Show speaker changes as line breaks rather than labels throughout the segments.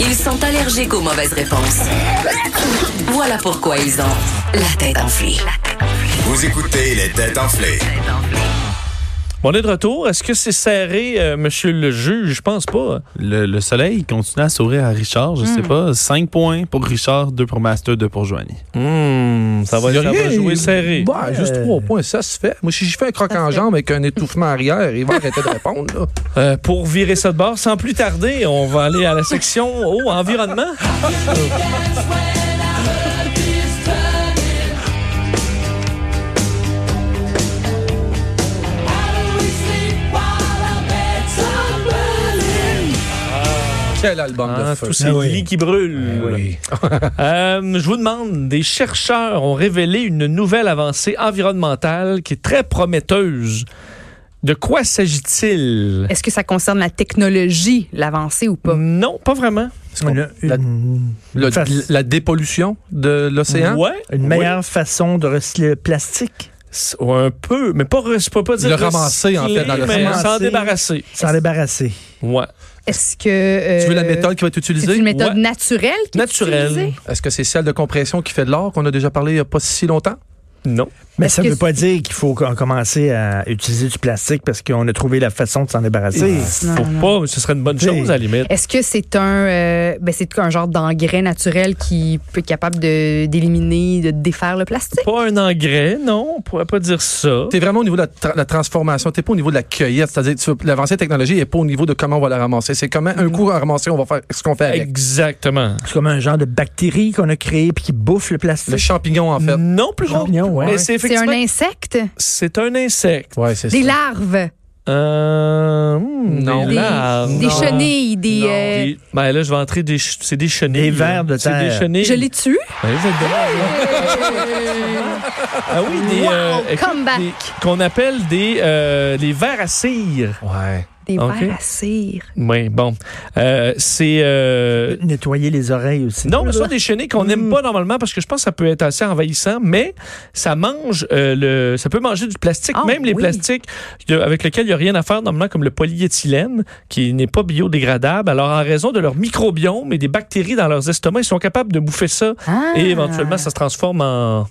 Ils sont allergiques aux mauvaises réponses. Voilà pourquoi ils ont la tête enflée.
Vous écoutez les têtes enflées.
On est de retour. Est-ce que c'est serré, euh, monsieur le juge? Je pense pas.
Le, le soleil continue à sourire à Richard, je sais pas. 5 points pour Richard, 2 pour Master, 2 pour Joanie.
Hum, ça va,
Il y a
ça va
rien.
jouer serré.
Bah, juste trois points, ça se fait. Moi, si je fais un croc en jambe avec un étouffement arrière, il va arrêter de répondre. Là.
Euh, pour virer ça de bord, sans plus tarder, on va aller à la section oh, environnement.
Quel album
Hein,
de feu.
tous ces lits qui brûlent. Euh, je vous demande, des chercheurs ont révélé une nouvelle avancée environnementale qui est très prometteuse. De quoi s'agit-il?
Est-ce que ça concerne la technologie, l'avancée ou pas?
Non, pas vraiment.
Est-ce qu'on a
la-
une,
Le-
Face-
la dépollution de l'océan.
Ouais,
une
oui.
meilleure façon de recycler le plastique?
S- ouais, un peu, mais pas, re- je peux pas dire
Le ramasser, en fait,
recycler,
dans le
mais
ramasser.
s'en débarrasser.
S'en débarrasser.
Ouais.
Est-ce que. euh,
Tu veux la méthode qui va être
C'est
utilisée?
une méthode
Ouais.
naturelle qui est
Naturelle.
utilisée?
Est-ce que c'est celle de compression qui fait de l'or qu'on a déjà parlé il n'y a pas si longtemps?
Non.
Mais
Est-ce
ça ne
que
veut pas dire qu'il faut qu'on- commencer à utiliser du plastique parce qu'on a trouvé la façon de s'en débarrasser.
Non,
Faut
non.
pas, mais ce serait une bonne chose à la limite.
Est-ce que c'est un, euh, ben, c'est un genre d'engrais naturel qui peut être capable de- d'éliminer, de, défaire le plastique?
Pas un engrais, non, on pourrait pas dire ça.
T'es vraiment au niveau de la, tra- la transformation, t'es pas au niveau de la cueillette, c'est-à-dire que tu- l'avancée technologique n'est pas au niveau de comment on va la ramasser. C'est comment un coup à ramasser, on va faire ce qu'on fait avec.
Exactement.
C'est comme un genre de bactérie qu'on a créé puis qui bouffe le plastique.
Le champignon, en
Mm.
fait.
Non plus gros.
Champignon, ouais.
Mais c'est
C'est un
effectivement.
insecte?
C'est un insecte.
Ouais, c'est ça.
Des larves?
Euh, hmm,
Non.
Des,
Des,
larves.
des
Non.
chenilles? Des,
Non.
euh,
Des- ben là, je vais entrer des. ch- C'est des chenilles.
Des vers de
C'est des
terre.
chenilles.
Je les tue?
Ben, je vais te donner. ah oui, des. euh,
Wow,
écoute,
comeback.
des- Qu'on appelle des, euh, des vers à cire.
Ouais.
Des
Ok.
vers à cire.
Oui, bon. Euh, c'est. euh,
Nettoyer les oreilles aussi.
Non, mais ce sont des chenilles qu'on n'aime pas normalement parce que je pense que ça peut être assez envahissant, mais ça mange euh, le, ça peut manger du plastique,
Ah,
même les
oui.
plastiques de- avec lesquels il n'y a rien à faire normalement, comme le polyéthylène, qui n'est pas biodégradable. Alors, en raison de leur microbiome et des bactéries dans leurs estomacs, ils sont capables de bouffer ça
Ah.
et éventuellement, ça se transforme en.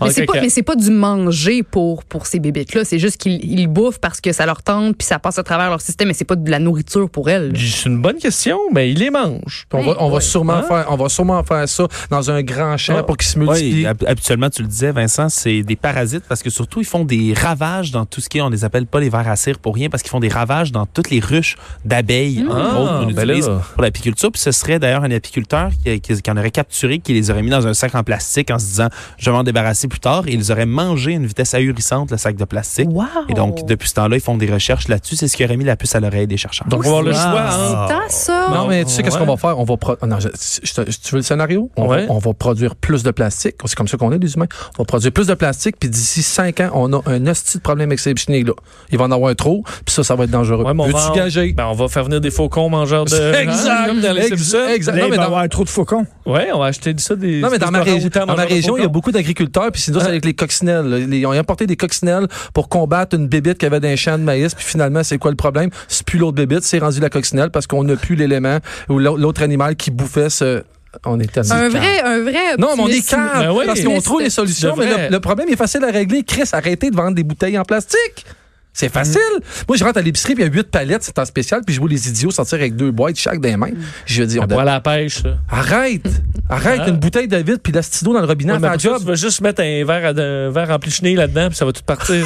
en
Mais c'est pas,
caca.
mais c'est pas du manger pour, pour ces bébêtes-là. C'est juste qu'ils ils bouffent parce que ça leur tente puis ça passe à travers leur système, mais c'est pas de la nourriture pour elles.
C'est une bonne question, mais ils les mangent.
Puis On va, on, va sûrement
Hein?
faire, on va sûrement faire ça dans un grand champ
Ah.
pour qu'ils se
Oui,
multiplient.
hab- habituellement, tu le disais, Vincent, c'est des parasites parce que surtout, ils font des ravages dans tout ce qui est, on les appelle pas les vers à cire pour rien, parce qu'ils font des ravages dans toutes les ruches d'abeilles, entre
Ah,
autres, qu'on
ben
utilise
là.
pour l'apiculture. Puis ce serait d'ailleurs un apiculteur qui, qui- qui en aurait capturé, qui les aurait mis dans un sac en plastique en se disant, je vais m'en débarrasser plus tard. Et ils auraient mangé à une vitesse ahurissante le sac de plastique.
Wow!
Et donc, depuis ce temps-là, ils font des recherches là-dessus. C'est ce qui aurait mis la puce à l'oreille des chercheurs.
Donc, on va avoir le
Ah.
choix entre-
Tant ça!
Non, mais tu sais, qu'est-ce
Ouais.
qu'on va faire? On va pro- non, je- je te- tu veux le scénario? On,
Ouais.
va, on va produire plus de plastique. C'est comme ça qu'on est, les humains. On va produire plus de plastique, puis d'ici cinq ans, on a un hostie de problème avec ces chenilles-là. Il va en avoir trop, puis ça, ça va être dangereux.
Ouais, mais on
Veux-tu
va-
gager?
Ben, on va faire venir des faucons mangeurs de. Hein,
exact!
comme dans les
Ex-
Simpsons.
exact.
Là,
Non,
il
mais
va
dans-
avoir un trou de faucon.
Ouais, on va acheter ça des.
non, mais dans ma,
des
région-
orang-outans
dans ma
mangeurs de
région, il y a
faucons.
beaucoup d'agriculteurs, puis c'est
Hein?
nous autres avec les coccinelles. là. Ils ont importé des coccinelles pour combattre une bébite qui avait d'un champ de maïs, puis finalement, c'est quoi le problème? C'est plus l'autre bébite, c'est rendu la coccinelle parce qu'on n'a plus l'élément ou l'au- l'autre animal qui bouffait ce. On est tellement
Un
calme.
vrai, un vrai.
Non, mais on est
optimiste.
calme.
Ben oui.
Parce qu'on trouve les solutions,
C'est vrai.
mais le, le problème est facile à régler. Chris, arrêtez de vendre des bouteilles en plastique. C'est facile.
Mm.
Moi, je rentre à l'épicerie, puis il y a huit palettes, c'est en spécial, puis je vois les idiots sortir avec deux boîtes chaque des mains. Je dis, on
On va à la pêche, ça.
arrête! Arrête,
Ah.
une bouteille de vide, puis l'astido dans le robinet,
Ouais,
à
mais
faire
pour ça,
job.
tu vas juste mettre un verre, à- un verre rempli de chenilles là-dedans, puis ça va tout partir.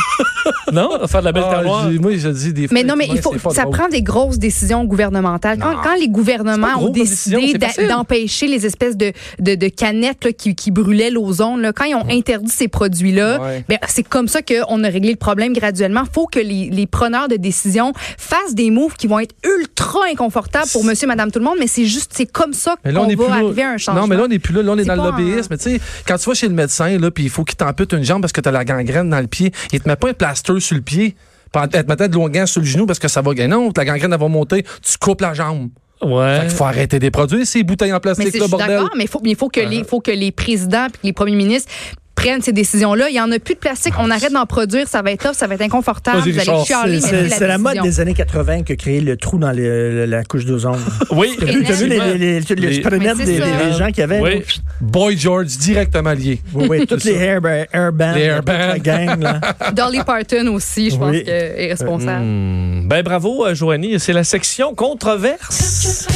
non? Faire de la belle
Ah,
terroir.
j'ai- moi, je dis des fois,
Mais non, mais
ouais,
il faut,
c'est pas
ça
drôle.
prend des grosses décisions gouvernementales. Quand, quand les
C'est
gouvernements
pas
ont
gros, comme décision,
décidé
c'est
d'a-
facile.
d'empêcher les espèces de, de, de canettes là, qui, qui brûlaient l'ozone, là, quand ils ont interdit ces produits-là,
Ouais.
ben, c'est comme ça qu'on a réglé le problème graduellement. faut que les, les preneurs de décision fassent des moves qui vont être ultra inconfortables pour monsieur, madame, tout le monde, mais c'est juste, c'est comme ça
Mais
qu'on
là, on est plus
va
là.
arriver à un changement.
Non, mais là, on n'est plus là. Là, on est,
C'est
dans le
pas
lobbyisme.
un-
Mais tu sais, quand tu vas chez le médecin, là, puis il faut qu'il t'ampute une jambe parce que tu as la gangrène dans le pied, il te met pas un plaster sur le pied. puis Elle te mettait de l'onguent sur le genou parce que ça va gagner. Non, la gangrène, elle va monter. Tu coupes la jambe.
Ouais.
Il faut arrêter de les produire, ces bouteilles en
Mais
plastique,
c'est-
là,
je suis
bordel.
d'accord, mais faut, il faut que les, faut que les présidents et les premiers ministres prennent ces décisions-là. Il n'y en a plus de plastique. On arrête d'en produire. Ça va être tough, ça va être inconfortable.
Vas-y,
Vous allez
Richard.
chialer. mais
C'est c'est la mode
décision.
des années 80 que créer le trou dans le- le- la couche d'ozone.
Oui,
T'as vu, t'as vu les,
effectivement.
les, les, les,
Les-
phénomènes
Mais c'est
des,
ça.
des- des gens qui avaient.
Oui.
Boy George, directement lié.
Oui, oui, toutes
C'est
les
ça.
hair, airbands,
Les
toute la
airbands.
gang. Là.
Dolly Parton aussi, je pense
Oui.
que est responsable.
Hmm. Ben bravo, euh, Joanie. C'est la section controverse.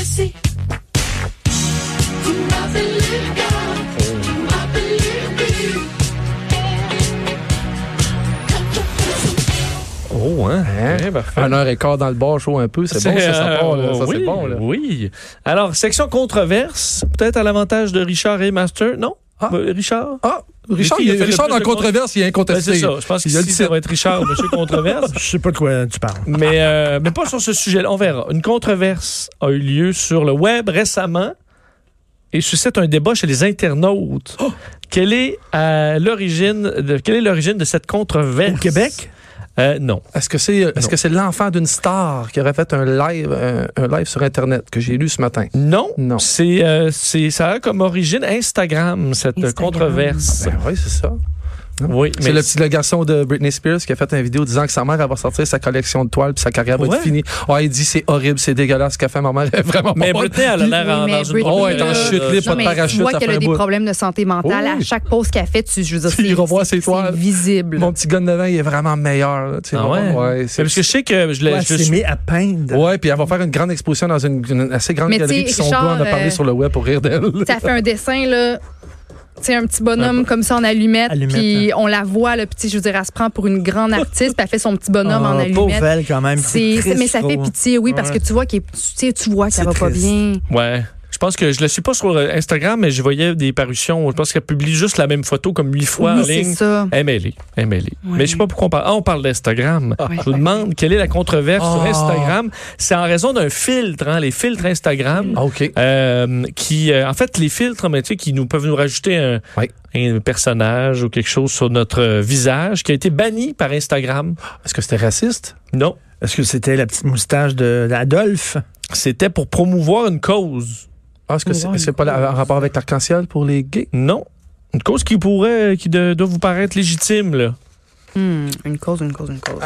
Oh, hein?
Hein?
Ok, parfait.
Un heure et quart dans le bar chaud un peu, c'est bon, ça, ça
euh,
part, là. Ça,
oui,
c'est bon, là.
Oui. Alors, section controverse, peut-être à l'avantage de Richard et Master. Non?
Ah.
Euh, Richard?
Ah, Richard,
Il a
il-
fait le
Richard
plus
dans
de
le controverse, il est
Ben,
incontesté.
c'est ça. Je pense que
Il a le
si ça
titre.
va être Richard, monsieur controverse.
Je sais pas de quoi tu parles.
Mais, euh, mais pas sur ce sujet-là. On verra. Une controverse a eu lieu sur le web récemment et suscite un débat chez les internautes.
Oh!
Quelle est euh, l'origine de quelle est l'origine de cette controverse
Au Québec?
Euh, Non.
Est-ce que c'est est-ce que c'est l'enfant d'une star qui aurait fait un live un, un live sur internet que j'ai lu ce matin
Non.
Non.
C'est euh, c'est ça a comme origine Instagram cette
Instagram.
controverse.
Ben oui, c'est ça.
oui,
C'est le petit le garçon de Britney Spears qui a fait une vidéo disant que sa mère elle va sortir sa collection de toiles puis sa carrière va
Ouais.
être finie. Ouais, il dit c'est horrible, c'est dégueulasse ce qu'a fait ma mère. Elle est vraiment
Mais
pas bonne.
Britney, elle a l'air en-
Oui, mais
dans une
Britney,
Oh, elle est en
euh,
chute libre, pas de
mais
parachute,
Tu vois
ça
qu'elle
fait
a
un
des
bout.
problèmes de santé mentale.
Oui.
À chaque pause qu'elle fait, tu, je veux dire,
Il
c'est-
revoit
c'est-
ses toiles.
C'est visible.
Mon petit gars de 9 ans, il est vraiment meilleur. là, tu sais,
Ah ouais?
c'est-
Mais parce que je sais que je l'ai.
Ouais,
Ben, je
c'est
suis-
mis à peindre.
Ouais, puis elle va faire une grande exposition dans une, une assez grande
Mais
galerie.
tu
Puis
sais,
son gars en a
Richard,
parlé
euh,
sur le web pour rire d'elle.
Ça fait un dessin, là. C'est un petit bonhomme comme ça en allumette,
Allumette,
puis on la voit, le petit, je veux dire, elle se prend pour une grande artiste, puis elle fait son petit bonhomme en
Ah,
allumette.
pauvre elle, quand même.
C'est-
C'est triste,
mais ça
je
fait
trouve.
pitié, oui, parce que
Ouais.
tu vois qu'elle est- tu sais, tu vois
C'est
qu'elle va pas
triste.
bien.
Ouais. Je pense que je le suis pas sur euh, Instagram, mais je voyais des parutions. Je pense qu'elle publie juste la même photo comme huit fois
oui,
en
c'est
ligne.
ça.
MLE, MLE. Mais je sais pas pourquoi on parle. Ah, on parle d'Instagram. Je vous demande quelle est la controverse sur
Ah.
Instagram. C'est en raison d'un filtre, hein, les filtres Instagram.
Ah, OK.
euh, qui, euh, en fait, les filtres, mais, tu sais, qui nous peuvent nous rajouter un,
Ouais.
un personnage ou quelque chose sur notre euh, visage, qui a été banni par Instagram.
Est-ce que c'était raciste?
Non,
Est-ce que c'était la petite moustache de- d'Adolphe?
c'était pour promouvoir une cause.
Ah, est-ce que c'est-
Ouais,
c'est pas la- en rapport avec l'arc-en-ciel pour les gays?
Non, une cause qui pourrait, qui de- doit vous paraître légitime là.
Hmm, une cause, une cause, une cause.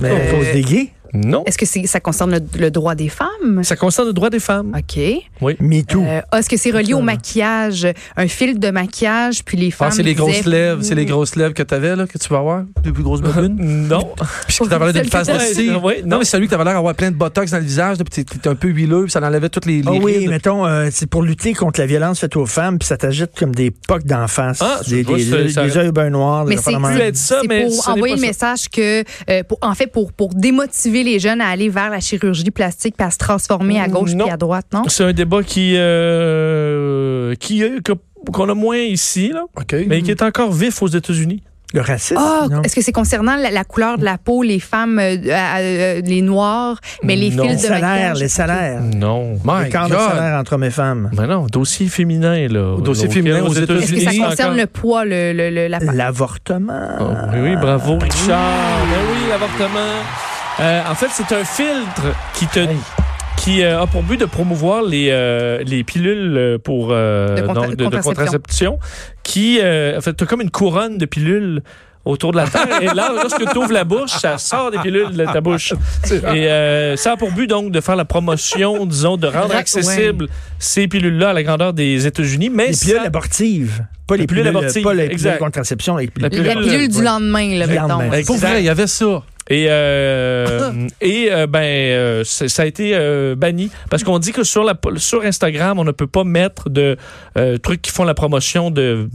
Mais à cause des gays?
Non,
Est-ce que c'est- ça concerne le, le droit des femmes?
ça concerne le droit des femmes.
OK.
Me too.
Euh, ah, Est-ce que c'est relié au maquillage? Un fil de maquillage, puis les femmes.
Ah, c'est les
disaient-
grosses lèvres, c'est les grosses lèvres que t'avais, là, que tu vas avoir? Les plus grosses bobunes?
Non.
Puis que t'avais l'air d'une face de
Ouais,
cire.
ouais, non.
Non, mais celui que t'avais l'air d'avoir plein de botox dans le visage, là, puis t'étais un peu huileux, puis ça enlevait toutes les, les
Ah oui,
rides.
mettons, euh, c'est pour lutter contre la violence faite aux femmes, puis ça t'agite comme des pocs d'en face.
Ah,
des,
tu vois,
des,
c'est-
des
ça-
yeux bien noirs. des
Mais
affaires
c'est
de même.
pu être ça,
c'est
mais ce n'est
pour
pas
envoyer le
ça.
message que, euh, pour, en fait, pour, pour démotiver les jeunes à aller vers la chirurgie plastique puis à se transformer à gauche
Non.
puis à droite, non?
C'est un débat qui, euh, qui est- que- qu'on a moins ici, là,
OK.
mais qui est encore vif aux États-Unis.
Le racisme.
Ah,
non?
est-ce que c'est concernant la, la couleur de la peau, les femmes, euh, euh, euh, les noirs, mais les
Non.
fils
Les
de
salaires,
maquillage?
les salaires.
Oh Non.
My
Les quarts de
God!
salaire entre hommes et femmes.
Mais non, dossier féminin, là.
Dossier
Auquel
féminin aux
Est-ce que ça
États-Unis,
encore-
concerne le poids, le, le- le- la
Oh,
L'avortement.
oui, oui, bravo, Richard. Ben oui, l'avortement. Euh, en fait, c'est un filtre qui te
Hey.
qui euh, a pour but de promouvoir les, euh, les pilules euh, pour euh,
De contra-
donc,
contraception.
contraception qui euh, en fait t'as comme une couronne de pilules autour de la terre et là lorsque tu ouvres la bouche ça sort des pilules de ta bouche et euh, ça a pour but donc de faire la promotion disons de rendre
Ouais.
accessibles ces pilules là à la grandeur des États-Unis mais
Les
ça-
pilules abortives. Pas
Les
les
pilules
pilules,
abortives,
pas les
exact.
pilules de contraception. Les pilules,
La
la
pilule,
pilule du
ouais.
lendemain, là,
Du
mettons.
lendemain.
Pour vrai, il y avait ça.
Et, euh, et euh, ben, euh, c'est- ça a été euh, banni parce qu'on dit que sur, la, sur Instagram, on ne peut pas mettre de euh, trucs qui font la promotion de,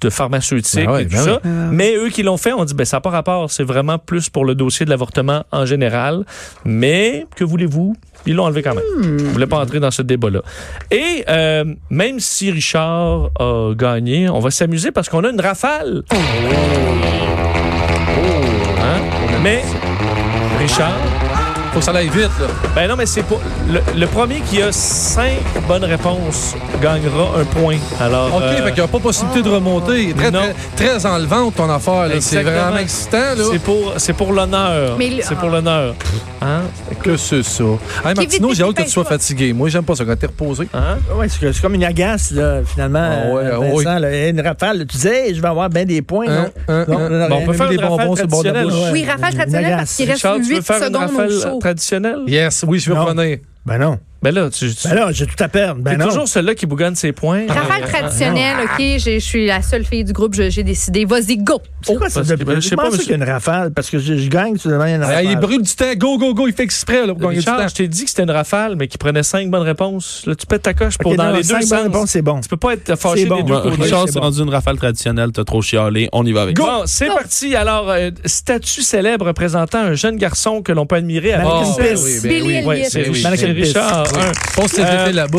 de pharmaceutiques
Ben ouais,
et tout
ben
ça. Mais eux qui l'ont fait, on dit ben, ça n'a pas rapport. C'est vraiment plus pour le dossier de l'avortement en général. Mais que voulez-vous? Ils l'ont enlevé quand même.
Hmm.
Je voulais pas entrer dans ce débat-là. Et euh, même si Richard a gagné, on va s'amuser parce qu'on a une rafale. Hein? Mais Richard,
Faut que ça aille vite, là.
Ben non, mais c'est pour. Le, le premier qui a cinq bonnes réponses gagnera un point. Alors.
OK,
euh,
fait qu'il n'y a pas possibilité de remonter. Très,
Non.
très, très enlevante, ton affaire, là. C'est
Exactement.
vraiment excitant, là.
C'est pour, c'est pour l'honneur.
Mais le-
C'est pour l'honneur. Hein?
Que c'est ça. Hey, Martino,
vite,
j'ai hâte que
dépêche-toi.
tu sois fatigué. Moi, j'aime pas ça quand t'es reposé.
Hein?
Ouais, c'est que- c'est comme une agace, là, finalement.
Ah ouais,
euh,
ah ouais.
Vincent, là, une rafale, là, tu disais, Hey, je vais avoir bien des points.
Hein,
non?
hein,
Non,
hein.
non,
Bon, on
rien.
peut faire
des
une rafale
bonbons sur le bord de la
traditionnelle.
bouche.
Ouais.
Oui, rafale traditionnelle,
Une
parce qu'il
agace.
reste
Richard, tu veux
8
faire une
secondes au
rafale
show.
traditionnelle?
Yes, oui, je vais
Non.
revenir.
Ben non.
Ben là, tu. tu-
Ben là, j'ai tout à perdre. Ben
c'est
non.
toujours celui-là qui bougonne ses points.
Rafale traditionnelle, OK, j'ai- je suis la seule fille du groupe, je- j'ai décidé. Vas-y, go!
C'est quoi ça?
parce que- ben, je sais
Je
pas,
pense
monsieur. Ah,
qu'il y a une rafale, parce que je, je gagne, tu demandes une
Hey,
rafale.
Ah, il brûle du temps. Go, go, go. Il fait exprès, là, pour gagner du temps.
Richard, je t'ai dit que c'était une rafale, mais qui prenait cinq bonnes réponses. Là, tu pètes ta coche pour
Ok,
dans
non,
les deux
cinq bonnes
sens.
réponses, c'est bon.
Tu peux pas être fâché
C'est bon.
des deux
Bon,
côtés.
Richard,
c'est
c'est
bon.
rendu une rafale traditionnelle. T'as trop chialé. On y va avec.
Bon, c'est parti. Alors, euh, statue célèbre représentant un jeune garçon que l'on peut admirer avec
Mannequin
Oh,
Pisse.
ben oui, ben
Billy
oui.
Elliot.
Ouais, c'est
Ben oui,
Richard.
ben oui.
Richard,
Oui.
un.
Il passe ses
Euh,
étés là-bas.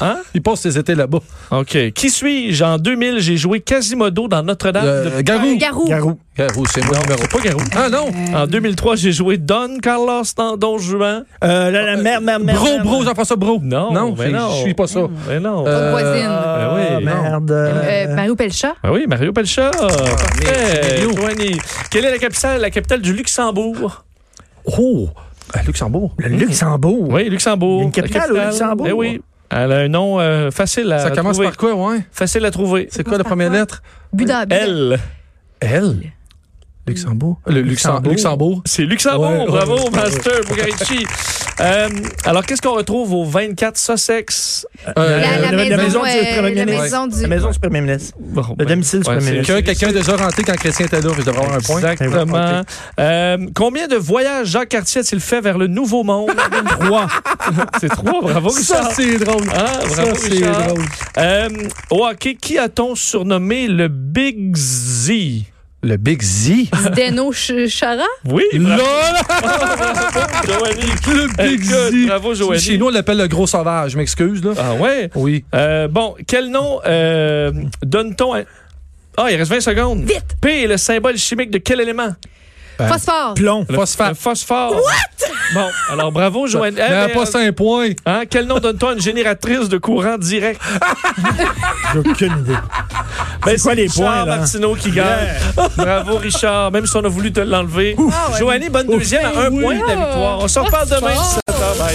Hein?
Il passe ses étés là-bas.
OK. Qui suis-je? En 2000, j'ai joué Quasimodo dans Notre-Dame.
Euh,
de-
Garou.
Garou!
Garou.
Garou, c'est moi numéro.
C'est pas Garou.
Ah non!
En 2003, j'ai joué Don Carlos dans Don Juan.
Euh, la,
Ah,
la merde, merde, merde.
Bro,
merde.
bro, Jean-François Bro.
Non,
non,
ben
je-
non.
je suis pas ça.
Mais non.
Euh,
Votre voisine.
Ah,
Ben oui, non.
merde.
Euh,
Euh,
Mario Pelcha.
Ah oui, Mario Pelcha. Parfait.
Mario.
Joanie. Quelle est la capitale, la capitale du Luxembourg?
Oh! À Luxembourg.
Le Luxembourg.
Oui, Luxembourg.
Il y a une capitale
La
au Luxembourg?
Eh oui. Elle a un nom euh, facile à
Ça commence
trouver.
par quoi, ouais?
Facile à trouver.
C'est quoi la première lettre?
Buda.
L.
L. Luxembourg. Le Luxembourg. Luxembourg.
C'est Luxembourg.
Ouais, ouais.
Bravo, Master Bugarici. Euh, alors, qu'est-ce qu'on retrouve au 24 Sussex?
Euh,
La, la
la- la
maison,
maison du
euh,
premier
la
ministre.
maison du...
La maison du premier ministre.
Bon, ben,
Le domicile du
ouais,
premier
c'est-
ministre.
que quelqu'un est déjà rentré quand Chrétien était là, je devrais avoir un point.
Exactement. Euh, combien de voyages Jacques Cartier a-t-il fait vers le Nouveau Monde? trois. c'est trois, bravo Richard.
Ça, c'est drôle.
Ah, bravo
Ça, c'est
Richard.
drôle.
Euh, au hockey, qui a-t-on surnommé le Big Z?
Le Big Z.
Deno Ch- Chara.
Oui,
Là,
bravo,
là,
Joanie.
le Big
Euh, Écoute,
Z.
bravo, Joanie.
Chez nous, on l'appelle le gros sauvage, je m'excuse, là.
Ah ouais?
Oui.
Euh, bon, quel nom euh, donne-t-on à... Ah, il reste 20 secondes.
Vite!
P est le symbole chimique de quel élément?
Phosphore.
Plomb.
Le-
Phosphate.
Le phosphore. Ah. What? Bon, alors bravo, Joanne. Eh,
Mais elle
ben,
a pas cinq points.
hein, quel nom donne-t-on à une génératrice de courant direct?
J'ai aucune idée.
Ben,
C'est quoi les points,
Richard
là?
Martineau qui gagne. Bravo, Richard. Même si on a voulu te l'enlever. Joanie, bonne deuxième à un point de la victoire. On se reparle demain. 17h. Bye.